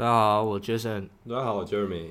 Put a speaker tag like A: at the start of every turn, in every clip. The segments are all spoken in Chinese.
A: 大家好，我 Jason。
B: 大家好，我 Jeremy。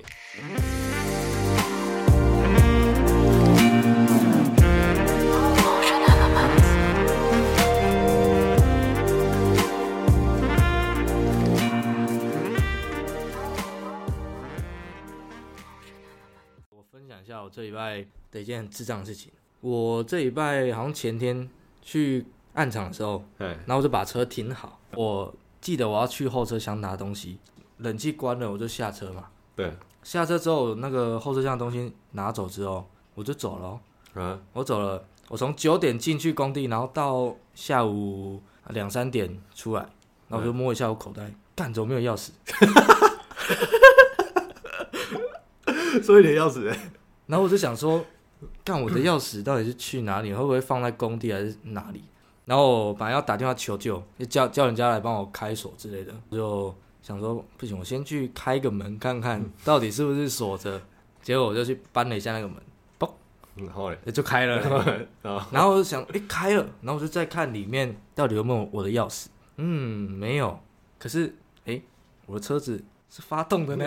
A: 我分享一下我这礼拜的一件很智障的事情。我这礼拜好像前天去暗场的时候，
B: 哎，
A: 然后我就把车停好。我记得我要去后车厢拿东西，冷气关了，我就下车嘛。
B: 对
A: 下车之后，那个后车厢的东西拿走之后，我就走了哦、
B: 啊，
A: 我走了，我从九点进去工地，然后到下午两三点出来，然后我就摸一下我口袋，干怎么没有钥匙？
B: 所以你的钥匙，
A: 然后我就想说，干我的钥匙到底是去哪里？会不会放在工地还是哪里？然后我本来要打电话求救，就叫叫人家来帮我开锁之类的，我就想说不行，我先去开个门看看到底是不是锁着。结果我就去搬了一下那个门，
B: 嗯，然后嘞，
A: 就开了。
B: 然后
A: 然后我就想，哎、开了，然后我就再看里面到底有没有我的钥匙。嗯，没有。可是，哎、我的车子是发动的呢。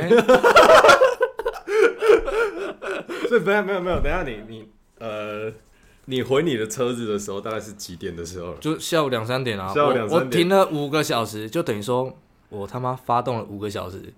B: 所以等一下没有没有，等一下你你呃，你回你的车子的时候大概是几点的时候了？
A: 就下午两三点啊，
B: 下午
A: 我
B: 两
A: 我
B: 三点
A: 停了五个小时，就等于说我他妈发动了五个小时，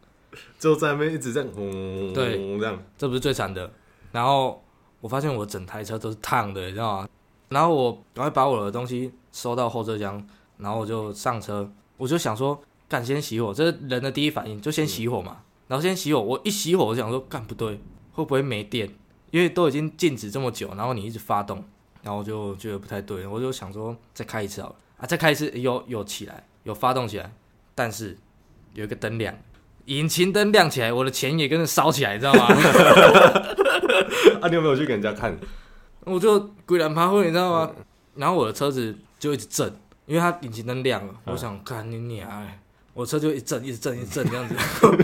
B: 就在那边一直这样，轰，
A: 对
B: 这样，
A: 这不是最惨的。然后我发现我整台车都是烫的，你知道吗？然后我赶快把我的东西收到后车厢，然后我就上车，我就想说，干先熄火，这是人的第一反应，就先熄火嘛。然后先熄火，我一熄火，我就想说，干不对，会不会没电？因为都已经静止这么久，然后你一直发动，然后我就觉得不太对，我就想说再开一次好了啊，再开一次有有起来，啊有发动起来，但是有一个灯亮，引擎灯亮起来，我的钱也跟着烧起来，你知道吗？
B: 啊，你有没有去给人家看？
A: 我就鬼然趴会，你知道吗？然后我的车子就一直震，因为它引擎灯亮了，我想干你娘、欸！我车就一直震，一直震，一直震这样子。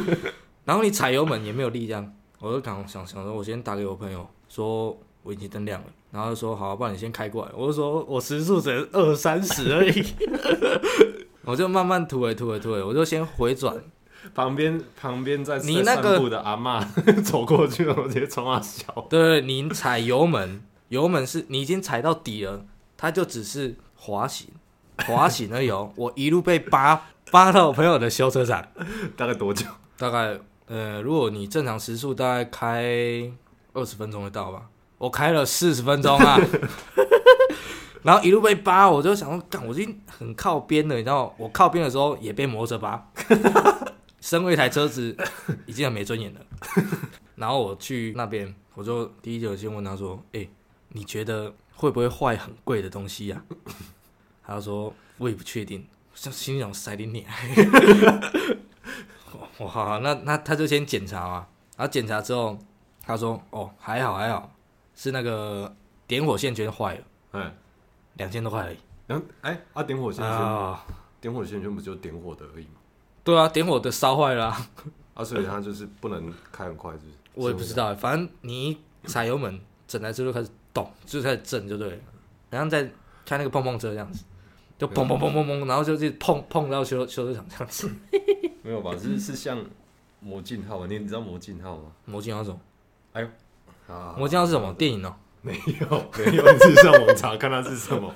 A: 然后你踩油门也没有力量，我就想想想说，我先打给我朋友说我引擎灯亮了，然后他说好、不然你先开过来。我就说我时速只能二三十而已， 我就慢慢突围突围突围，我就先回转，
B: 旁边旁边在
A: 你
B: 在
A: 那个
B: 散步的阿嬷 走过去，我直接冲她笑。
A: 对，你踩油门，油门是你已经踩到底了，它就只是滑行，滑行而已哦。我一路被扒扒到我朋友的修车厂，
B: 大概多久？
A: 大概呃，如果你正常时速大概开二十分钟会到吧，我开了四十分钟啊，然后一路被扒，我就想说，干，我已经很靠边了，你知道，我靠边的时候也被摩托车扒，身为一台车子，已经很没尊严了。然后我去那边，我就第一就先问他说，哎、你觉得会不会坏很贵的东西呀、他就说，我也不确定，像心里想塞你脸。哇，哦好好那那他就先检查嘛，然后检查之后，他说哦还好还好，是那个点火线圈坏了，
B: 哎，
A: 两千多块而已
B: 然后哎，啊，点火线圈，
A: 啊。
B: 点火线圈不就点火的而已吗？
A: 对啊，点火的烧坏了啊、
B: 啊，所以它就是不能开很快，是不是？
A: 我也不知道，反正你一踩油门，整台车就开始动，就开始震，就对了，然后在开那个碰碰车这样子，就砰砰砰砰砰，然后就是碰碰到修修车厂这样子。
B: 没有吧？是是像魔镜号吧？你你知道魔镜号吗？
A: 魔镜要什么？
B: 啊，
A: 魔镜要是什么电影哦？
B: 没有，没有，你自己上网查看它是什 么。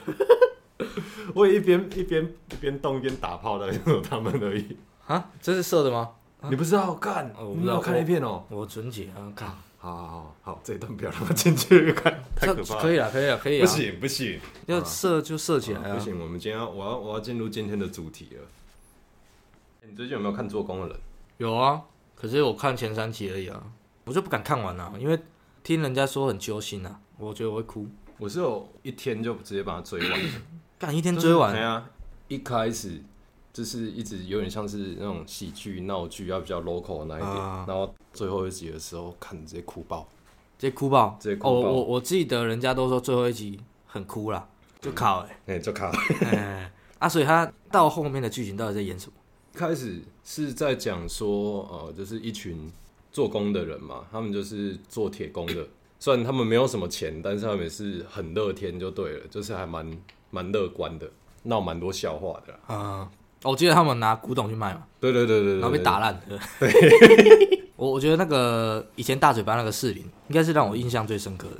B: 我也一边一边一边动一边打炮的那种他们而已。
A: 啊，这是射的吗？
B: 你不知道干？
A: 哦我不
B: 你
A: 知
B: 没
A: 道
B: 有看那片啊哦。
A: 我纯洁啊，靠，
B: 好好好，好，这一段不要让他进去看， 太可怕
A: 可
B: 了。
A: 以了，啊可以了，可以
B: 不
A: 了，
B: 行不行，
A: 要射就射起来
B: 啊
A: 啊
B: 不！行，我们今天要我要我要进入今天的主题了。欸你最近有没有看做工的人？
A: 有啊，可是我看前三集而已啊，我就不敢看完啊，因为听人家说很揪心啊，我觉得我会哭。
B: 我是有一天就直接把它追完了。
A: 干一天追完，
B: 对啊，一开始就是一直有点像是那种喜剧、闹剧，要比较 local 的那一点。
A: 啊
B: 然后最后一集的时候，看直接哭爆。
A: 直接哭爆。
B: 直接哭
A: 哦，
B: 爆
A: 我我记得人家都说最后一集很哭啦，就考 哎、
B: 哎、就卡。
A: 欸
B: 嗯
A: 哎啊，所以他到后面的剧情到底在演什么？
B: 一开始是在讲说，呃，就是一群做工的人嘛，他们就是做铁工的。虽然他们没有什么钱，但是他们也是很乐天，就对了，就是还蛮蛮乐观的，闹蛮多笑话的啦。
A: 啊、哦我记得他们拿古董去卖嘛，
B: 对对对对对，
A: 然后被打烂。 我我觉得那个以前大嘴巴那个士林，应该是让我印象最深刻的，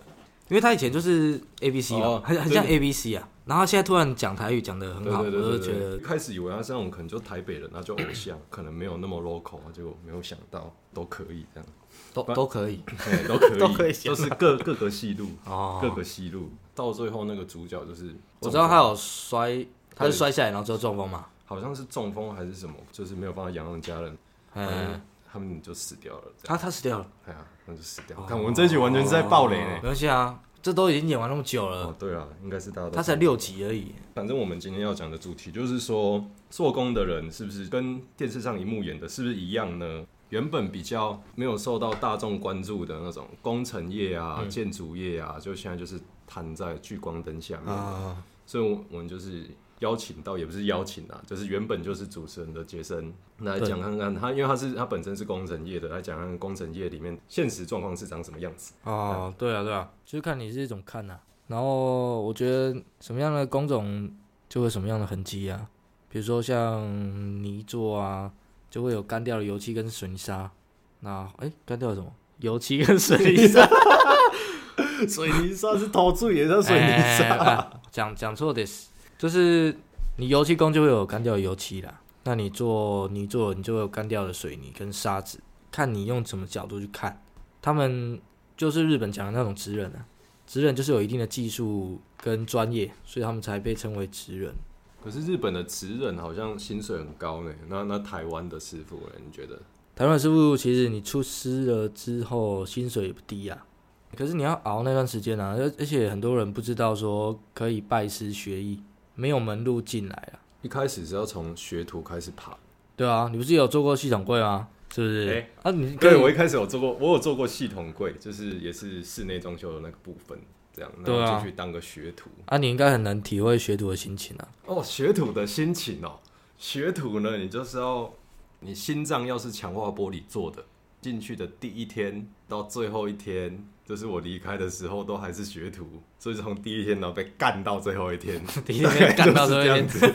A: 因为他以前就是 A B C 嘛
B: 哦，
A: 很很像
B: 对
A: A B C 啊，然后现在突然讲台语讲的
B: 对。
A: 很好，
B: 对
A: 我就
B: 对对
A: 觉
B: 对
A: 得
B: 对，一开始以为他是那种可能就台北人，那就偶像，可能没有那么 local，结啊果没有想到都可以 这样，
A: 都都可以啊
B: 对，都可以，
C: 都可以想
B: 都是各各个戏路，
A: 哦。
B: 各个戏路，到最后那个主角就是，
A: 我知道他有摔，他是摔下来然后之后中风嘛，
B: 好像是中风还是什么，就是没有办法养养家人，哎
A: 嗯，啊
B: 他们就死掉了。这样
A: 他他死掉了，
B: 哎呀，那就死掉
A: 哦
B: 了。看我们这一集完全是在爆雷呢
A: 没。关系啊，这都已经演完那么久
B: 哦
A: 了，，
B: 对啊，应该是大家都
A: 呃他才六集而已，
B: 反正我们今天要讲的主题就是说，做工的人是不是跟电视上一幕演的是不是一样呢？原本比较没有受到大众关注的那种工程业啊、
C: 嗯
B: 建筑业啊，就现在就是摊在聚光灯下面。
A: 啊，
B: 所以，我我们就是邀请到，也不是邀请啊，就是原本就是主持人的杰森来
A: 对
B: 讲看看他，因为他是他本身是工程业的，来讲看看工程业里面现实状况是长什么样子。
A: 哦，对啊对啊，就是看你是怎么看呐、然后我觉得什么样的工种就会有什么样的痕迹啊，比如说像泥做啊，就会有干掉的油漆跟水泥沙。那哎，干掉了什么？油漆跟水泥沙。
C: 水泥沙是陶醉，也是水泥
A: 哎哎
C: 沙。
A: 哎哎讲讲错的是，就是你油漆工就会有干掉的油漆啦，那你做泥做你就会有干掉的水泥跟沙子，看你用什么角度去看。他们就是日本讲的那种职人啊，职人就是有一定的技术跟专业，所以他们才被称为职人。
B: 可是日本的职人好像薪水很高呢，那那台湾的师傅呢？你觉得？
A: 台湾的师傅其实你出师了之后薪水也不低啊，可是你要熬那段时间啊，而而且很多人不知道说可以拜师学艺，没有门路进来啊。
B: 一开始是要从学徒开始爬。
A: 对啊，你不是有做过系统柜吗？是不是？
B: 哎
A: 啊，你可以
B: 对，我一开始有做过，我有做过系统柜，就是也是室内装修的那个部分，这样，
A: 对啊
B: 然后进去当个学徒。
A: 啊，你应该很能体会学徒的心情啊。
B: 哦，学徒的心情哦，学徒呢，你就是要你心脏要是强化玻璃做的，进去的第一天到最后一天，就是我离开的时候都还是学徒，所以从第一天然后被干到最后一天，
A: 第一天被干到最后一天
B: 就是这样子，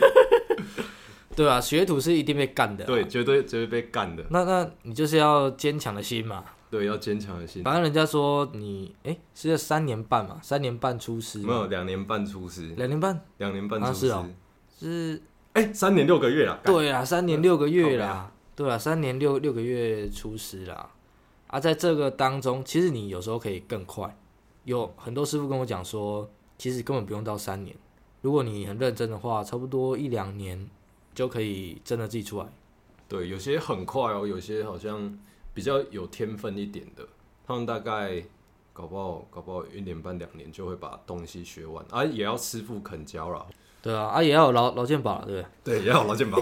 A: 对啊，学徒是一定被干的、啊
B: 对，，绝对绝对被干的，
A: 那那你就是要坚强的心嘛。
B: 对，要坚强的心。
A: 反正人家说你，哎、是三年半嘛，三年半出师，
B: 没有两年半出师，
A: 两年半
B: 两年半
A: 啊
B: 出
A: 是
B: 师，
A: 哦是，
B: 哎、三年六个月啦。干
A: 对啊，三年六个月
B: 靠
A: 啦，对啊，三年六六个月出师啦。啊，在这个当中，其实你有时候可以更快。有很多师傅跟我讲说，其实根本不用到三年，如果你很认真的话，差不多一两年就可以真的自己出来。
B: 对，有些很快哦，有些好像比较有天分一点的，他们大概搞不好搞不好一年半两年就会把东西学完啊，也要师傅肯教啦。
A: 对啊，啊也要有劳劳健保了，对不对？
B: 对，也要劳健保，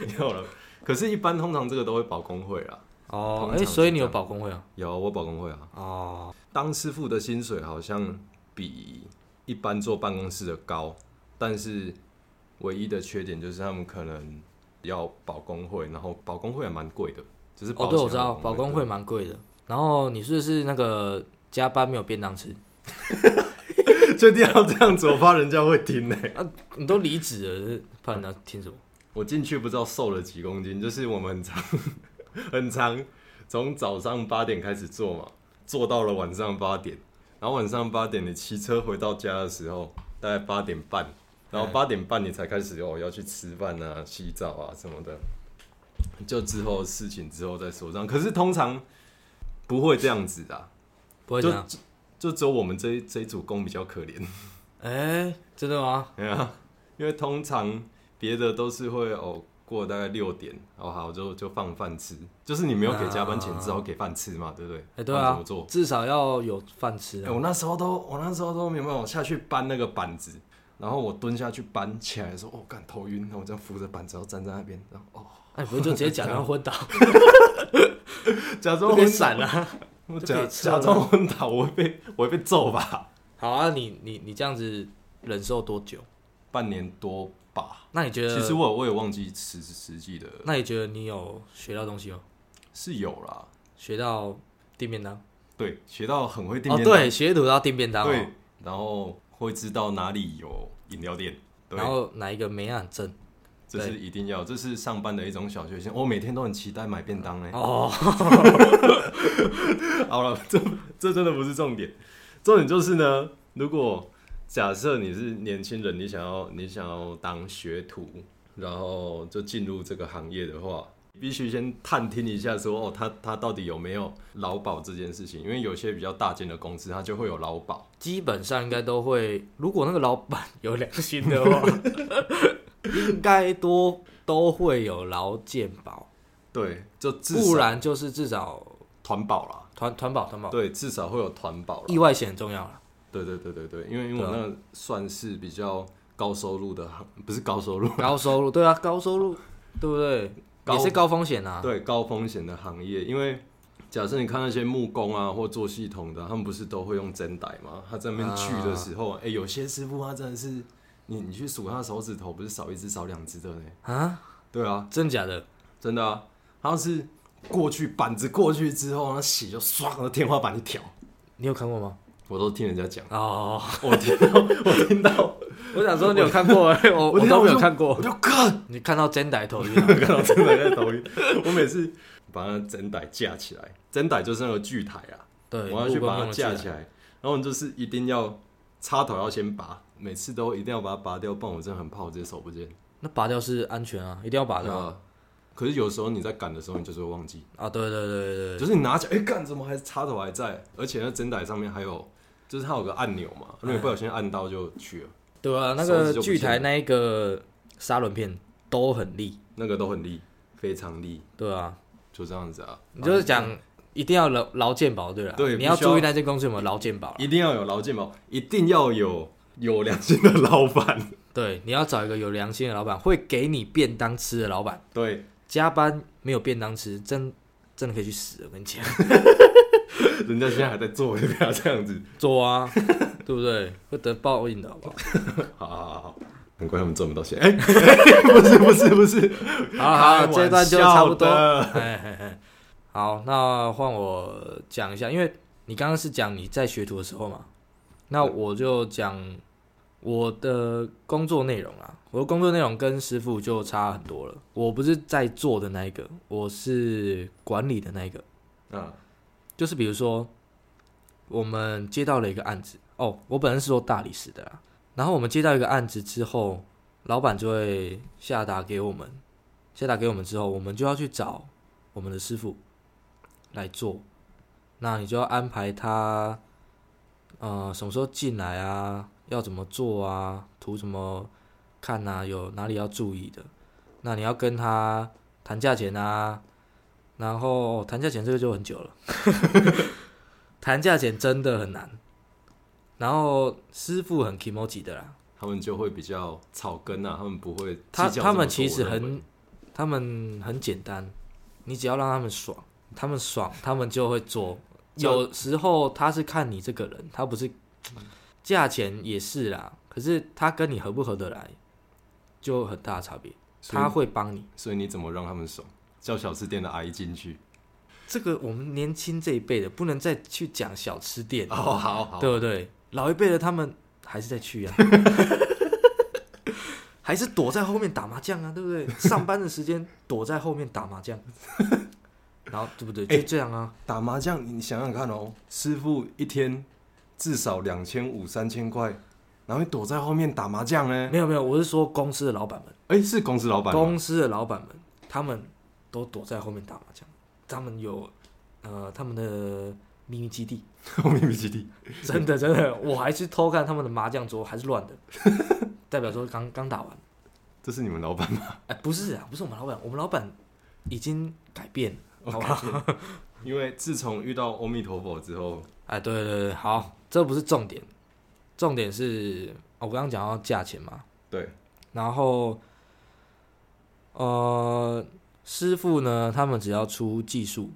B: 也要了。可是，一般通常这个都会保工会啦。
A: 哦
B: 通，
A: 哎、
B: 常是
A: 所以你有
B: 这样
A: 保工会啊？
B: 有我保工会啊，
A: 哦，
B: 当师傅的薪水好像比一般坐办公室的高，但是唯一的缺点就是他们可能要保工会，然后保工会还蛮贵的，就是
A: 哦，
B: 保
A: 对，
B: 险
A: 我知道
B: 的
A: 保工会蛮贵的。然后你是不是那个加班没有便当吃？
B: 确定要这样子，我怕人家会听呢、
A: 啊，你都离职了，怕人家听什么？
B: 我进去不知道瘦了几公斤，就是我们很长 很长，从早上八点开始做嘛，做到了晚上八点，然后晚上八点你骑车回到家的时候，大概八点半，然后八点半你才开始哦要去吃饭啊、洗澡啊什么的，就之后的事情之后再说这样。可是通常不会这样子的啊，
A: 不会这
B: 就
A: 样？
B: 就只有我们这一这一组工比较可怜。
A: 哎、真的吗？
B: 对啊，因为通常别的都是会哦过大概六点，哦好就就放饭吃，就是你没有给加班钱，
A: 啊
B: 只好给饭吃嘛，对不对？
A: 哎、对
B: 不然怎
A: 啊
B: 么做，？
A: 至少要有饭吃
B: 哎
A: 啊。
B: 我那时候都我那时候都没有办法我下去搬那个板子，然后我蹲下去搬起来的时候，哦干头晕，然后我这样扶着板子，然后站在那边，然后 哦
A: 哎、不是就直接假装 昏倒，
B: 假
A: 都
B: 装
A: 别
B: 昏
A: 闪了、
B: 我
A: 就
B: 假
A: 可以撤了
B: 假装昏倒，我会被我会被揍吧？
A: 好啊，你你你这样子忍受多久？
B: 半年多吧，
A: 那你觉得？
B: 其实我有我也忘记实实际的
A: 那你觉得你有学到东西吗？
B: 是有啦，
A: 学到订便当？
B: 对，学到很会定
A: 哦，
B: 面
A: 对，学徒要订便当、哦。
B: 对，然后会知道哪里有饮料店，对
A: 然，后哪一个没按正？
B: 这是
A: 对
B: 一定要，这是上班的一种小确幸。我、哦每天都很期待买便当哎、
A: 哦，
B: 好了， 这这真的不是重点，重点就是呢，如果假设你是年轻人，你想要你想要当学徒，然后就进入这个行业的话，必须先探听一下说哦，他他到底有没有劳保这件事情？因为有些比较大间的公司，它就会有劳保。
A: 基本上应该都会，如果那个老板 有良心的 话，应该多都会有劳健保，
B: 对，就至
A: 不
B: 少
A: 然就是至少
B: 团保啦，
A: 团团保团保，
B: 对，至少会有团保啦
A: 意。外险很重要啊了。
B: 对对对对对，啊因为因为我
A: 对
B: 那算是比较高收入的行，不是高收入，
A: 高收入，对啊，高收入，对不对？
B: 高
A: 也是高风险啊。
B: 对高风险的行业，因为假设你看那些木工啊或做系统的，他们不是都会用针带吗？他在那边锯的时候，哎、有些师傅他真的是，你你去数他手指头，不是少一只少两只的呢？
A: 啊，
B: 对啊，
A: 真假的？
B: 真的啊，他是过去板子过去之后，那血就唰到天花板一条，
A: 你有看过吗？
B: 我都听人家讲，
A: 哦，
B: 我听到 我听到，
A: 我想说你有看 过，我
B: 我
A: 我
B: 听到
A: 都没有
B: 就
A: 看过
B: 我。就看。
A: 你看到真歹头晕
B: 看到真奶在抖音，我每次把那真奶架起来，真奶就是那个锯台啊，
A: 对，
B: 我要去把它架起
A: 来。
B: 来，然后你就是一定要插头要先拔，每次都一定要把它拔掉，不然我真的很怕我这手不见。
A: 那拔掉是安全啊，一定要拔掉啊。
B: 啊，可是有时候你在赶的时候，你就是会忘记，
A: 啊对对对对
B: 就
A: 对，
B: 是你拿起来，哎、干怎么还插头还在？而且那真奶上面还有，就是它有个按钮嘛，如果你不小心按到就去了，
A: 对啊，那
B: 手指
A: 个
B: 就不
A: 剧台
B: 见
A: 那一个砂轮片都很利，
B: 那个都很利，非常利，
A: 对啊。
B: 就这样子啊。
A: 你就是讲一定要劳劳健保，对了，
B: 对
A: 你要
B: 必须要
A: 注意那间公司有没有劳健保啦。
B: 一定要有劳健保，一定要有有良心的老板。
A: 对，你要找一个有良心的老板，会给你便当吃的老板。
B: 对，
A: 加班没有便当吃，真真的可以去死！我跟你讲，
B: 人家现在还在做，你不要这样子。
A: 做啊，对不对？会得报应的，好不好？
B: 好好好好，难怪他们赚不到钱。哎、不是不是不是，
A: 好了好了，
B: 开玩笑的
A: 这段就差不多。哎哎哎，好，那换我讲一下，因为你刚刚是讲你在学徒的时候嘛，那我就讲我的工作内容啦。我的工作内容跟师傅就差很多了。我不是在做的那一个，我是管理的那一个。
B: 嗯，
A: 就是比如说，我们接到了一个案子，哦，我本身是做大理石的啦，然后我们接到一个案子之后，老板就会下达给我们，下达给我们之后，我们就要去找我们的师傅来做，那你就要安排他，呃，什么时候进来啊，要怎么做啊，图什么看啊，有哪里要注意的，那你要跟他谈价钱啊。然后哦谈价钱这个就很久了。谈价钱真的很难。然后师傅很 k i m o j i 的啦，
B: 他们就会比较草根啊，他们不会计较
A: 他
B: 这么多
A: 他们其实
B: 我认为
A: 很，他们很简单，你只要让他们爽，他们爽，他们就会做。
B: 就
A: 有时候他是看你这个人，他不是价钱也是啦，可是他跟你合不合得来，就有很大的差别。
B: 所以
A: 他会帮你，
B: 所以你怎么让他们爽？叫小吃店的阿姨进去。
A: 这个我们年轻这一辈的不能再去讲小吃店
B: 哦，好好，
A: 对不对？老一辈的他们还是在去啊，还是躲在后面打麻将啊，对不对？上班的时间躲在后面打麻将，然后对不对？就这样啊，
B: 打麻将，你想想看哦，师傅一天至少两千五三千块，然后你躲在后面打麻将呢？
A: 没有没有，我是说公司的老板们，
B: 哎、是公司老板吗
A: 公司的老板们，他们都躲在后面打麻将，他们有呃他们的秘密基地，
B: 后面米基地，
A: 真的真的，我还去偷看他们的麻将桌还是乱的，代表说刚刚打完。
B: 这是你们老板吗？
A: 哎，不是啊，不是我们老板，我们老板已经改变了，好不好？
B: 因为自从遇到阿弥陀佛之后，
A: 哎，对对对，好，这不是重点，重点是哦我刚刚讲到价钱嘛，
B: 对，
A: 然后呃，师傅呢，他们只要出技术，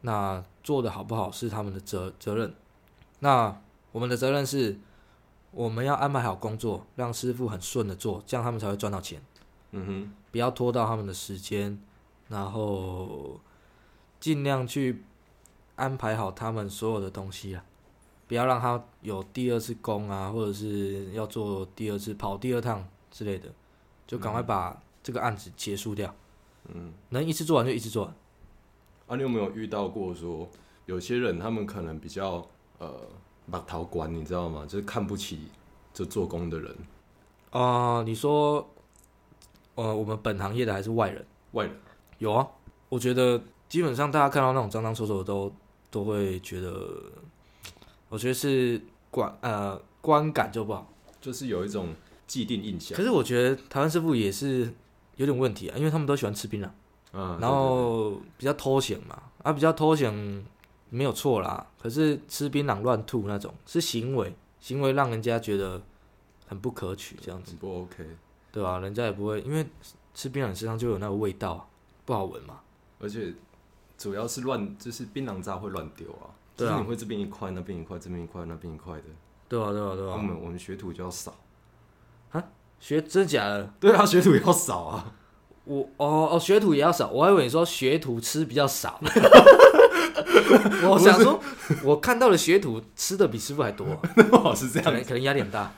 A: 那做的好不好是他们的责责任，那我们的责任是。我们要安排好工作，让师傅很顺的做，这样他们才会赚到钱。
B: 嗯哼。
A: 不要拖到他们的时间，然后尽量去安排好他们所有的东西啊，不要让他有第二次工啊，或者是要做第二次跑第二趟之类的，就赶快把这个案子结束掉。嗯，能一次做完就一次做完。
B: 啊，你有没有遇到过说有些人他们可能比较呃把逃管，你知道吗？就是看不起这做工的人，
A: 啊、你说，呃，我们本行业的还是外人？
B: 外人
A: 有啊，我觉得基本上大家看到那种脏脏臭臭的都都会觉得，我觉得是观呃观感就不好。
B: 就是有一种既定印象
A: 可。是我觉得台湾师傅也是有点问题啊，因为他们都喜欢吃槟榔，
B: 嗯，
A: 然后比较偷闲嘛，啊，比较偷闲没有错啦。可是吃槟榔乱吐那种是行为，行为让人家觉得很不可取，这样
B: 对对
A: 子
B: 对很不 OK，
A: 对吧、人家也不会，因为吃槟榔身上就有那个味道啊、不好闻嘛。
B: 而且主要是乱，就是槟榔渣会乱丢啊。
A: 对啊
B: 就是你会这边一块，那边一块，这边一块，那边一块的。
A: 对啊，对啊，对
B: 我
A: 啊，
B: 们我们学徒就要扫。
A: 学真假的？
B: 对啊，学徒也要扫啊。
A: 我哦哦，学徒也要少，我还以为你说学徒吃比较 少。我想说，我看到的学徒吃的比师傅还多、
B: 哦， 是
A: 可
B: 这样
A: 能，可能压力很大。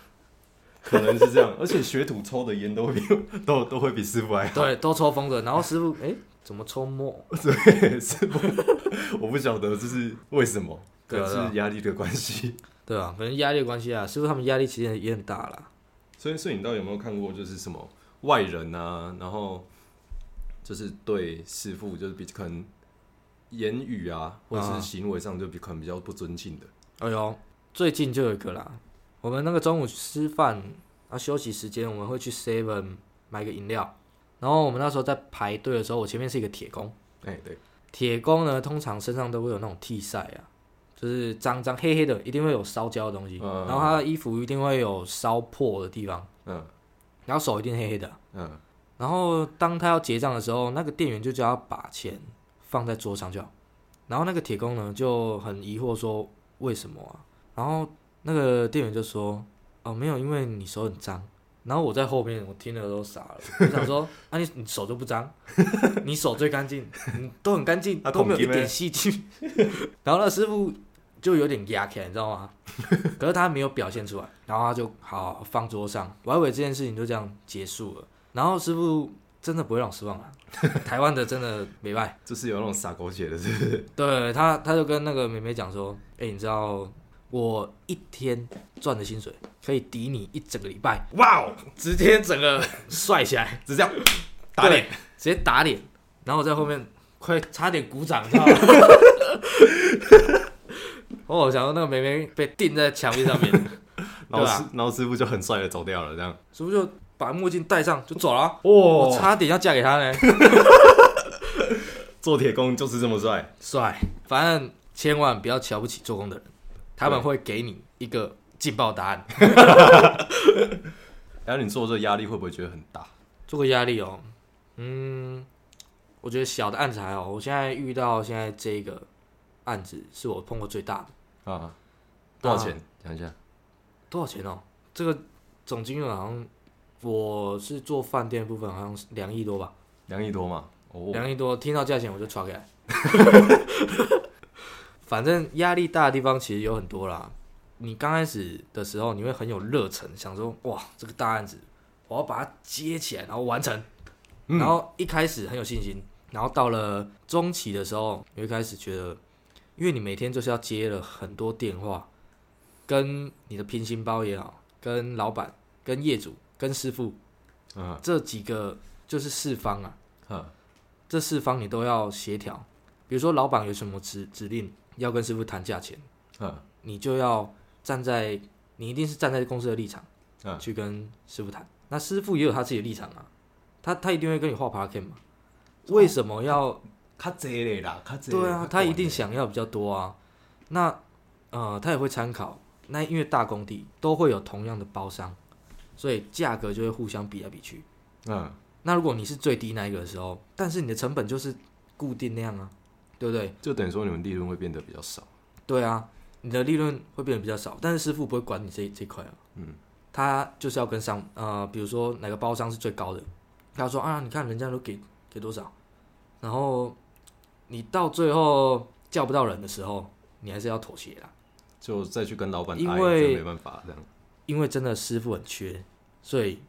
B: 可能是这样。而且学徒抽的烟都会比 都都会比师傅还好。
A: 对，都抽风的，然后师傅哎、诶怎么抽墨？
B: 对，师傅，我不晓得这是为什么，可
A: 对啊对啊
B: 能是压力的关系。
A: 对啊，可能压力的关系啊，师傅他们压力其实也很大啦。
B: 所以，所以你到底有没有看过，就是什么外人啊，然后就是对师傅就是比可能言语啊，或者
A: 啊
B: 是行为上就比可能比较不尊敬的。
A: 哎呦，最近就有一个啦，我们那个中午吃饭啊，休息时间我们会去 Seven 买个饮料，然后我们那时候在排队的时候，我前面是一个铁工。
B: 哎、对，
A: 铁工呢，通常身上都会有那种替晒啊，就是脏脏黑黑的，一定会有烧焦的东西。
B: 嗯
A: 然后他的衣服一定会有烧破的地方，
B: 嗯
A: 然后手一定黑黑的。
B: 嗯，
A: 然后当他要结账的时候，那个店员就叫他把钱放在桌上就好。然后那个铁工呢就很疑惑说为什么啊？然后那个店员就说哦没有，因为你手很脏。然后我在后面，我听了都傻了，我想说啊你你手就不脏，你手最干净，你都很干净，
B: 啊
A: 都没有
B: 统计
A: 一
B: 咩
A: 点细菌。然后那师傅就有点压起来，你知道吗？可是他没有表现出来，然后他就好好放桌上，我还以为这件事情就这样结束了。然后师傅真的不会让我失望啊，台湾的真的没办法
B: 就是有那种撒狗血的，是不是？
A: 对他，他就跟那个妹妹讲说：“哎、你知道我一天赚的薪水可以抵你一整个礼拜，
B: 哇哦，
A: 直接整个帅起来，
B: 就这样打脸，
A: 直接打脸。”然后我在后面快差点鼓掌，你 知道吗？哦，我想说那个妹妹被钉在墙壁 上面，
B: 然后
A: 对啊
B: 师然后师傅就很帅的走掉了，这样。
A: 是不是就把墨镜戴上就走了啊、
B: 哇
A: 我差点要嫁给他呢，
B: 做铁工就是这么帅，
A: 帅！反正千万不要瞧不起做工的人，他们会给你一个劲爆答案。
B: 然后你做这压力会不会觉得很大？
A: 做个压力哦，嗯，我觉得小的案子还好，我现在遇到现在这个案子是我碰过最大的，
B: 啊，多少钱？讲一下。
A: 多少钱哦？这个总金额好像我是做饭店的部分，好像是两亿多吧，
B: 两亿多嘛？哦，
A: 两亿多，听到价钱我就传给来。 反正压力大的地方其实有很多啦。你刚开始的时候，你会很有热忱，想说哇，这个大案子我要把它接起来，然后完成。
B: 嗯
A: 然后一开始很有信心，然后到了中期的时候，你会开始觉得，因为你每天就是要接了很多电话，跟你的平行包也好，跟老板、跟业主、跟师傅
B: 嗯
A: 这几个就是四方啊，
B: 嗯
A: 这四方你都要协调。比如说，老板有什么指指令要跟师傅谈价钱，
B: 嗯
A: 你就要站在你一定是站在公司的立场
B: 嗯
A: 去跟师傅谈。那师傅也有他自己的立场啊，他他一定会跟你画 p a r k i n 嘛。为什么要？
B: 较济嘞啦，较济。
A: 对啊，他一定
B: 想。
A: 想要比较多啊。那呃，他也会参考。那因为大工地都会有同样的包商，所以价格就会互相比来比去。
B: 嗯，
A: 那如果你是最低那一个的时候，但是你的成本就是固定那样啊，对不对？
B: 就等于说你们利润会变得比较少。
A: 对啊，你的利润会变得比较少，但是师傅不会管你这这一块啊。
B: 嗯，
A: 他就是要跟上呃，比如说哪个包商是最高的，他说啊，你看人家都给给多少，然后你到最后叫不到人的时候，你还是要妥协啦，
B: 就再去跟老板，
A: 因
B: 打，
A: 为
B: 真没办法这样。
A: 因为真的师傅很缺，所以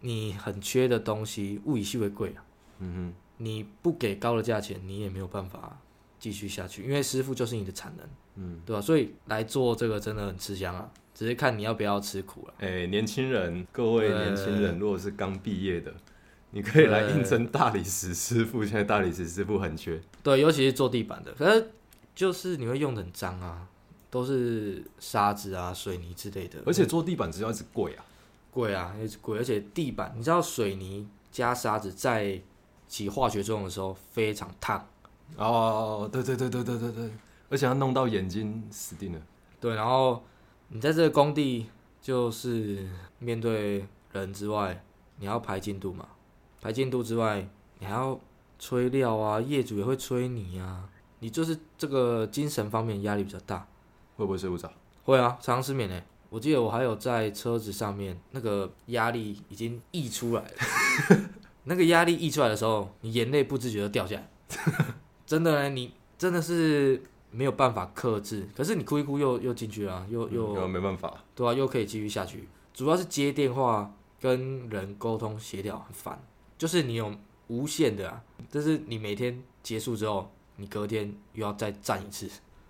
A: 你很缺的东西，物以稀为贵啊。
B: 嗯
A: 你不给高的价钱，你也没有办法继续下去，因为师傅就是你的产能，
B: 嗯，
A: 对吧、所以来做这个真的很吃香啊，只是看你要不要吃苦了、
B: 哼，哎、年轻人，各位
A: 对
B: 年轻人，如果是刚毕业的，你可以来应征大理石师傅。现在大理石师傅很缺，
A: 对，尤其是做地板的，可是就是你会用的很脏啊，都是沙子啊、水泥之类的，
B: 而且做地板只要一直贵啊。
A: 贵啊，也是贵，而且地板，你知道水泥加沙子在起化学作用的时候非常烫，
B: 哦，对对对对对对对，而且他弄到眼睛死定了。
A: 对，然后你在这个工地就是面对人之外，你要排进度嘛，排进度之外，你还要催料啊，业主也会催你啊，你就是这个精神方面压力比较大，
B: 会不会睡不着？
A: 会啊，常常失眠嘞、我记得我还有在车子上面那个压力已经溢出来了，那个压力溢出来的时候，你眼泪不自觉的掉下来，真的呢，你真的是没有办法克制。可是你哭一哭又又进去啊，又又、
B: 嗯没办法，
A: 对啊，又可以继续下去。主要是接电话跟人沟通协调很烦，就是你有无限的啊，但是你每天结束之后，你隔天又要再站一次。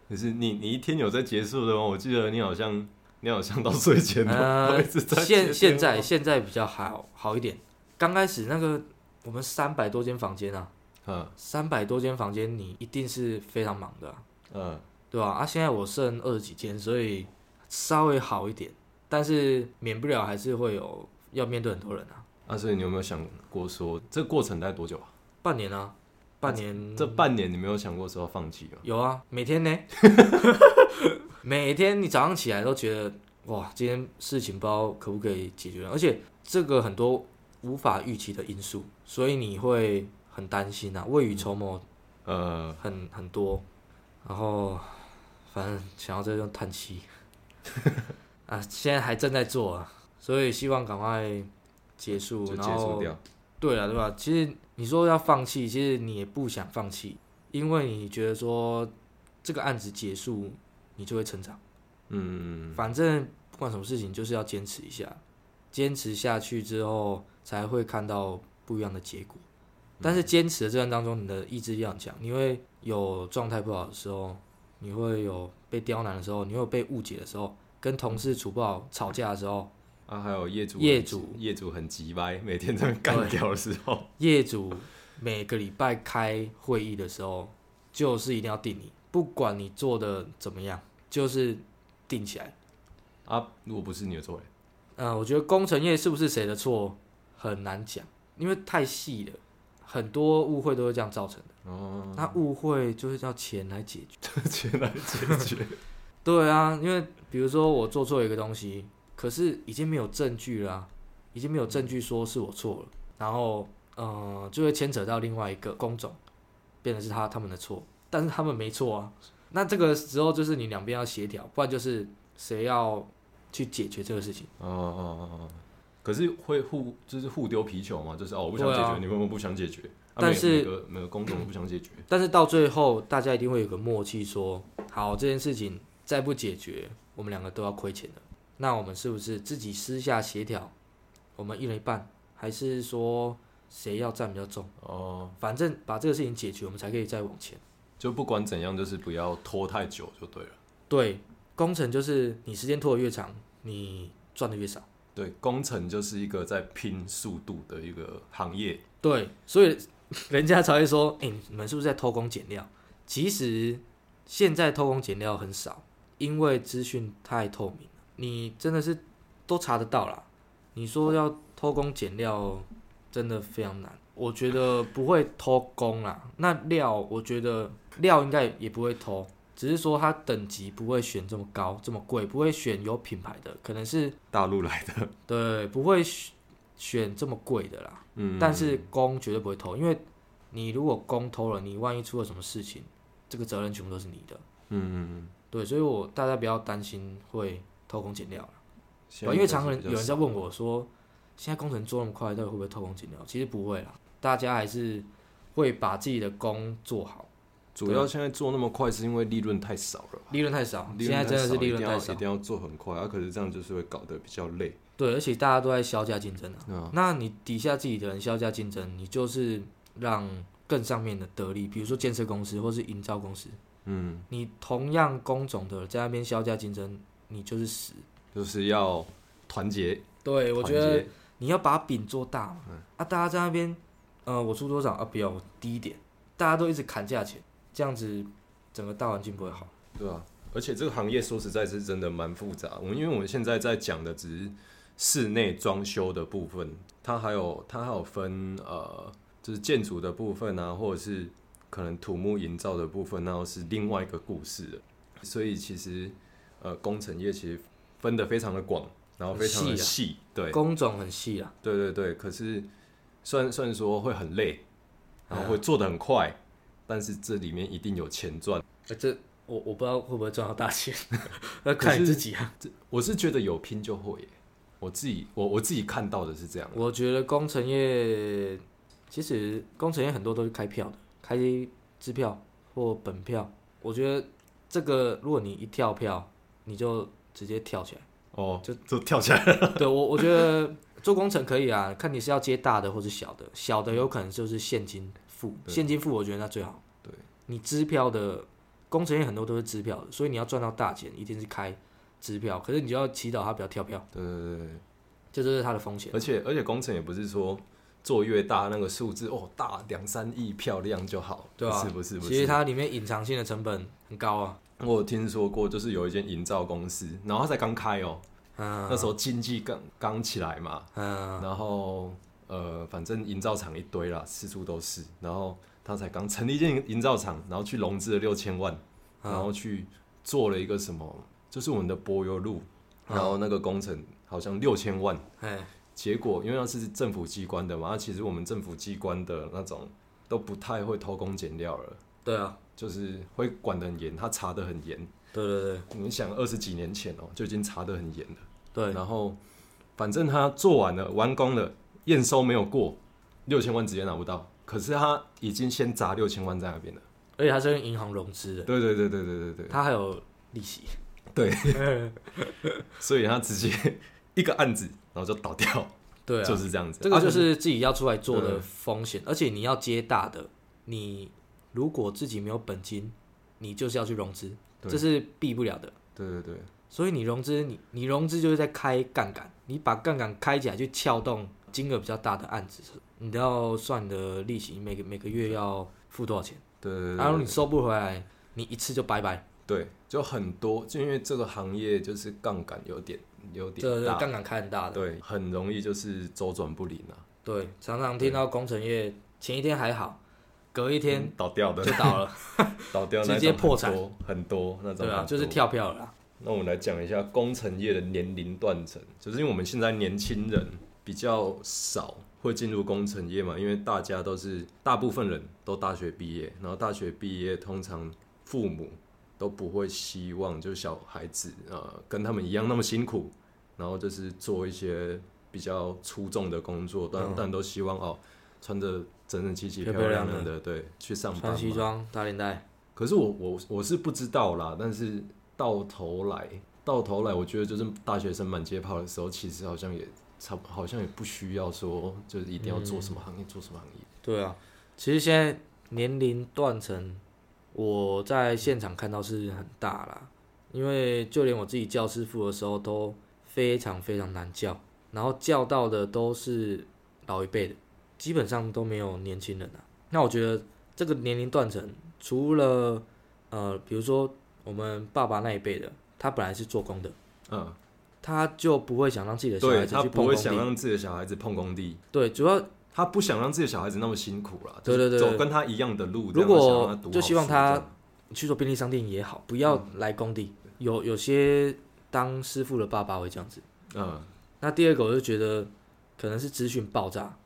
B: 可是你你一天有在结束的吗？我记得你好像你好像到睡 前都都
A: 呃
B: 一直，在接电话
A: 现现在现在比较好好一点。刚开始那个我们三百多间房间啊，
B: 嗯
A: 三百多间房间你一定是非常忙的啊、
B: 嗯，
A: 对吧、啊？现在我剩二十几间，所以稍微好一点，但是免不了还是会有要面对很多人啊。
B: 啊，所以你有没有想过说这个过程大概多久啊？
A: 半年啊，半年
B: 这半年你没有想过说要放弃吗？
A: 有啊，每天呢， 每天你早上起来都觉得哇，今天事情不知道可不可以解决，而且这个很多无法预期的因素，所以你会很担心啊，未雨绸缪
B: 呃，
A: 很很多，然后反正想到这就叹 气啊，现在还正在做啊，所以希望赶快结束，
B: 就
A: 然
B: 结束
A: 后
B: 掉。
A: 对啊，对吧？其实你说要放弃，其实你也不想放弃，因为你觉得说这个案子结束，你就会成长。
B: 嗯，
A: 反正不管什么事情，就是要坚持一下，坚持下去之后才会看到不一样的结果。但是坚持的这段当中，你的意志力要很强，你会有状态不好的时候，你会有被刁难的时候，你会有被误解的时候，跟同事处不好吵架的时候，
B: 啊，还有业主
A: 业
B: 很急
A: 主
B: 业主很急掰，每天在那边干
A: 对
B: 掉的时候，
A: 业主每个礼拜开会议的时候，就是一定要定你，不管你做的怎么样，就是定起来。
B: 啊，如果不是你的错嘞，
A: 嗯、我觉得工程业是不是谁的错很难讲，因为太细了，很多误会都是这样造成的。
B: 哦，
A: 那误会就是要钱来解决。
B: 钱来解决，
A: 对啊，因为比如说我做错一个东西，可是已经没有证据了啊、已经没有证据说是我错了，然后呃就会牵扯到另外一个工种，变成是他他们的错，但是他们没错啊。那这个时候就是你两边要协调，不然就是谁要去解决这个事情。
B: 哦哦哦哦，可是会互就是互丢皮球嘛，就是哦，我不想解
A: 对
B: 决，
A: 啊
B: 你们不想解决，啊、
A: 但
B: 每
A: 是
B: 每个每个工种不想解决，
A: 但是到最后，大家一定会有个默契说，好这件事情再不解决，我们两个都要亏钱的。那我们是不是自己私下协调，我们一人一半，还是说谁要占比较重？
B: 哦，
A: 反正把这个事情解决，我们才可以再往前。
B: 就不管怎样，就是不要拖太久就对了。
A: 对，工程就是你时间拖得越长，你赚的越少。
B: 对，工程就是一个在拼速度的一个行业，
A: 对，所以 人家才会说，哎、你们是不是在偷工减料？其实现在偷工减料很少，因为资讯太透明了，你真的是都查得到啦。你说要偷工减料，真的非常难。我觉得不会偷工啦，那料我觉得料应该也不会偷，只是说它等级不会选这么高、这么贵，不会选有品牌的，可能是
B: 大陆来的，
A: 对不会选选这么贵的啦。
B: 嗯，
A: 但是公绝对不会偷，因为你如果公偷了，你万一出了什么事情，这个责任全部都是你的。
B: 嗯，嗯
A: 对，所以我大家不要担心会偷工减料啦
B: 嗯，
A: 对因为常人有人
B: 在
A: 在问我说，现在工程做那么快，到底会不会偷工减料？其实不会啦，大家还是会把自己的工做好，
B: 主要现在做那么快是因为利润太少了，
A: 利润太少，
B: 利
A: 哦现
B: 润
A: 在
B: 太
A: 真的是
B: 少
A: 利
B: 一
A: 润
B: 定要
A: 太少
B: 一。定要做很快啊。可是这样就是会搞得比较累，
A: 对，而且大家都在削价竞争啊。
B: 嗯
A: 那你底下自己的人削价竞争，你就是让更上面的得利，比如说建设公司或是营造公司，
B: 嗯，
A: 你同样工种的在那边削价竞争，你就是死。
B: 就是要团结，
A: 对，我
B: 团
A: 觉得
B: 结，
A: 你要把饼做大嘛。啊，大家在那边，呃，我出多少啊？不要，我低一点。大家都一直砍价钱，这样子整个大环境不会好。
B: 对啊，而且这个行业说实在是真的蛮复杂。我们因为我们现在在讲的只是室内装修的部分，它还有它还有分呃，就是建筑的部分啊，或者是可能土木营造的部分，那又是另外一个故事了。所以其实呃，工程业其实分的非常的广，然后非常的
A: 很
B: 细，对
A: 工种很细啊，
B: 对对对。可是虽然虽然说会很累，然后会做的很快，但是这里面一定有钱赚。
A: 呃这我我不知道会不会赚到大 钱，那
B: 可
A: 看你
B: 是
A: 自己啊。
B: 我是觉得有拼就会耶，我自己我我自己看到的是这样，
A: 我觉得工程业，其实工程业很多都是开票的，开支票或本票。我觉得这个，如果你一跳票，你就直接跳起来。
B: 哦，
C: 就就跳起来了。
A: 对我，我觉得做工程可以啊，看你是要接大的或是小的，小的有可能就是现金付，
B: 嗯对
A: 现金付我觉得那最好。
B: 对，
A: 你支票的工程业很多都是支票的，所以你要赚到大钱，一定是开支票，可是你就要祈祷它不要跳票，
B: 对对对对，
A: 这就是它的风险。
B: 而且而且工程也不是说做越大那个数字哦大两三亿漂亮就好，
A: 对啊
B: 不是不是不
A: 其实
B: 是，
A: 它里面隐藏性的成本很高啊。
B: 我有听说过就是有一间营造公司，然后它才刚开哦，
A: 嗯，
B: 那时候经济刚刚起来嘛，
A: 嗯，
B: 然后呃，反正营造厂一堆啦，四处都是。然后他才刚成立一间营造厂，然后去融资了六千万，
A: 啊
B: 然后去做了一个什么，就是我们的柏油路，然后那个工程好像六千万。
A: 哎，
B: 结果因为那是政府机关的嘛，那其实我们政府机关的那种都不太会偷工减料了，
A: 对啊，
B: 就是会管得很严，他查得很严。
A: 对对对
B: 你想二十几年前哦，就已经查得很严了。
A: 对，
B: 然后反正他做完了，完工了，验收没有过，六千万直接拿不到。可是他已经先砸六千万在那边了。
A: 而且它是跟银行融资的，
B: 对对对对对对
A: 它还有利息。
B: 对对，所以他直接一个案子，然后就倒掉，
A: 对啊，
B: 就是嗯这样子。
A: 这个
B: 啊
A: 就
B: 可
A: 是自己要出来做的
B: 对
A: 风险，而且你要接大的，你如果自己没有本金，你就是要去融资，
B: 对
A: 这是避不了的。
B: 对对对，
A: 所以你融资，你你融资就是在开杠杆，你把杠杆开起来去撬动金额比较大的案子，你都要算你的利息，每个每个月要付多少钱，
B: 对对对
A: 然后你收不回来，你一次就拜拜。
B: 对，就很多，就因为这个行业就是杠杆有点有
A: 这
B: 点
A: 这
B: 大，
A: 杠杆开很大的，
B: 对，很容易就是周转不灵啊，
A: 对，常常听到工程业前一天还好，隔一天
B: 倒掉的
A: 就倒了，
B: 倒掉那
A: 直接
B: 种很
A: 破产
B: 多，很多 那种
A: 对啊，
B: 很
A: 就是
B: 多
A: 跳票了啦。
B: 那我们来讲一下工程业的年龄断层，就是因为我们现在年轻人比较少会进入工程业嘛，因为大家都是大部分人都大学毕业，然后大学毕业通常父母都不会希望就小孩子呃跟他们一样那么辛苦，然后就是做一些比较出众的工作，但、但都希望哦穿嗯着整整齐齐、漂
A: 漂
B: 漂
A: 漂
B: 亮
A: 亮
B: 亮的对去上班
A: 穿
B: 嘛
A: 西装打领带，
B: 可是我我我是不知道啦，但是到头来到头来，我觉得就是大学生满街跑的时候，其实好像也差不，好像也不需要说就是一定要做什么行业、做什么行业。
A: 对啊，其实现在年龄断层，我在现场看到是很大啦，因为就连我自己教师傅的时候都非常非常难教，然后教到的都是老一辈的，基本上都没有年轻人啊。那我觉得这个年龄断层，除了呃，比如说我们爸爸那一辈的，他本来是做工的，
B: 嗯，
A: 他就不会想让自己的小
B: 对
A: 孩子
B: 他
A: 去
B: 不
A: 碰
B: 会
A: 工
B: 想
A: 地，
B: 让自己的小孩子碰工地，
A: 对，主要
B: 他不想让自己的小孩子那么辛苦啦，
A: 对
B: 就是
A: 对对
B: 走跟他一样的路。
A: 如
B: 这样
A: 果
B: 想让他读好
A: 就希望
B: 书这样
A: 去做便利商店也好，不要
B: 嗯
A: 来工地。有有些当师傅的爸爸会这样子。
B: 嗯，
A: 那第二个，我就觉得可能是资讯爆炸，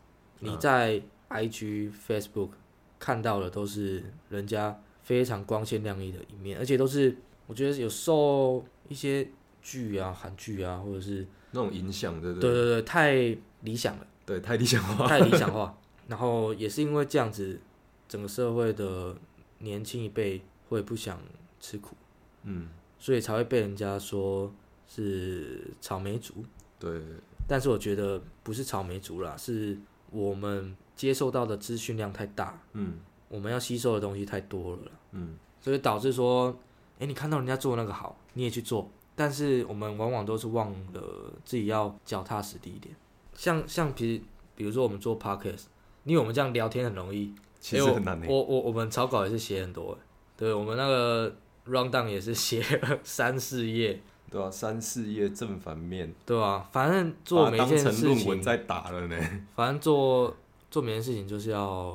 B: 嗯
A: 你在 IG、Facebook 看到的都是人家非常光鲜亮丽的一面，而且都是我觉得有受一些剧啊、韩剧啊，或者是
B: 那种影响，对不
A: 对
B: 对
A: 对对，太理想 了，
B: 对，太理想化。
A: 太理想化。然后也是因为这样子，整个社会的年轻一辈会不想吃苦，
B: 嗯，
A: 所以才会被人家说是草莓族。
B: 对，
A: 但是我觉得不是草莓族啦，是我们接受到的资讯量太大，
B: 嗯
A: 我们要吸收的东西太多了啦，
B: 嗯，
A: 所以导致说，诶，你看到人家做那个好，你也去做，但是我们往往都是忘了自己要脚踏实地一点。像像比比如说我们做 podcast，因为我们这样聊天很容易，
B: 其
A: 因
B: 实
A: 为我
B: 很难欸呢、
A: 我我我们草稿也是写很多，欸对我们那个 round down 也是写了 三四页，
B: 对啊，三四页正反面，
A: 对吧、反正做
B: 把
A: 每
B: 它
A: 一件
B: 当成
A: 事
B: 论
A: 情
B: 文。在打了呢。
A: 反正做做每件事情就是要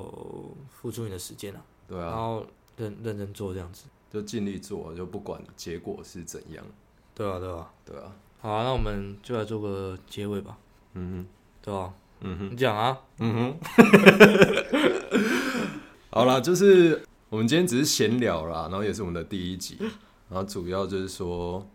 A: 付出你的时间啊，
B: 对
A: 然
B: 啊，
A: 后认认真做这样子。
B: 就尽力做，就不管结果是怎样。
A: 对啊，对啊。
B: 对啊，
A: 好啊，那我们就来做个结尾吧，
B: 嗯
A: 对吧、啊？
B: 哼，嗯哼，
A: 你讲啊，
B: 嗯哼。好啦，就是我们今天只是闲聊啦，然后也是我们的第一集，然后主要就是说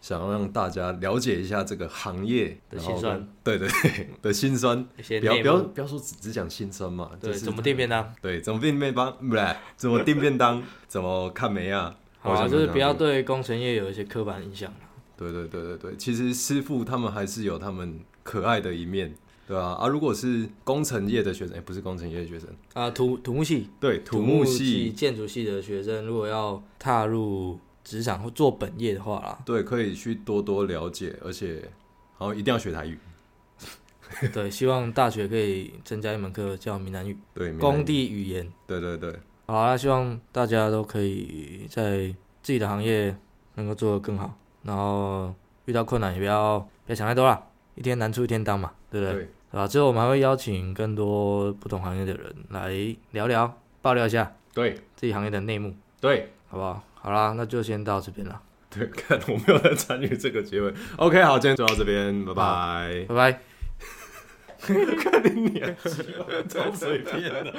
B: 想要让大家了解一下这个行业
A: 的
B: 然后
A: 辛酸
B: 对对对的辛酸。
A: 一些
B: 不要
A: 内
B: 不要
A: 幕
B: 不要说只只讲辛酸嘛，
A: 对，
B: 就是
A: 怎么订啊便当？
B: 对，怎么订便当？不是，怎么订便当？怎么看梅啊？
A: 好
B: 我
A: 啊，
B: 想
A: 就是
B: 想
A: 不要
B: 想
A: 对工程业有一些刻板印象啊。
B: 对对对对对，其实师傅他们还是有他们可爱的一面，对啊啊，如果是工程业的学生，哎、不是工程业的学生，
A: 啊，土土木系、
B: 对土木系，，
A: 建筑系的学生，如果要踏入职场或做本业的话啦
B: 对，可以去多多了解，而且好一定要学台语，
A: 对，希望大学可以增加一门课叫闽南语、
B: 对，闽南语
A: 工，地语言。
B: 对对对
A: 好啊，那希望大家都可以在自己的行业能够做得更好，然后遇到困难也不要不要想太多啦，一天难出一天当嘛，对不对？
B: 对，
A: 对吧？之后我们还会邀请更多不同行业的人来聊聊，爆料一下
B: 对
A: 自己行业的内幕，
B: 对
A: 好不好？好啦，那就先到这边了，
B: 对，看我没有在参与这个结尾，OK，好，今天就到这边，拜 拜，
A: 拜拜。
B: 超随便的。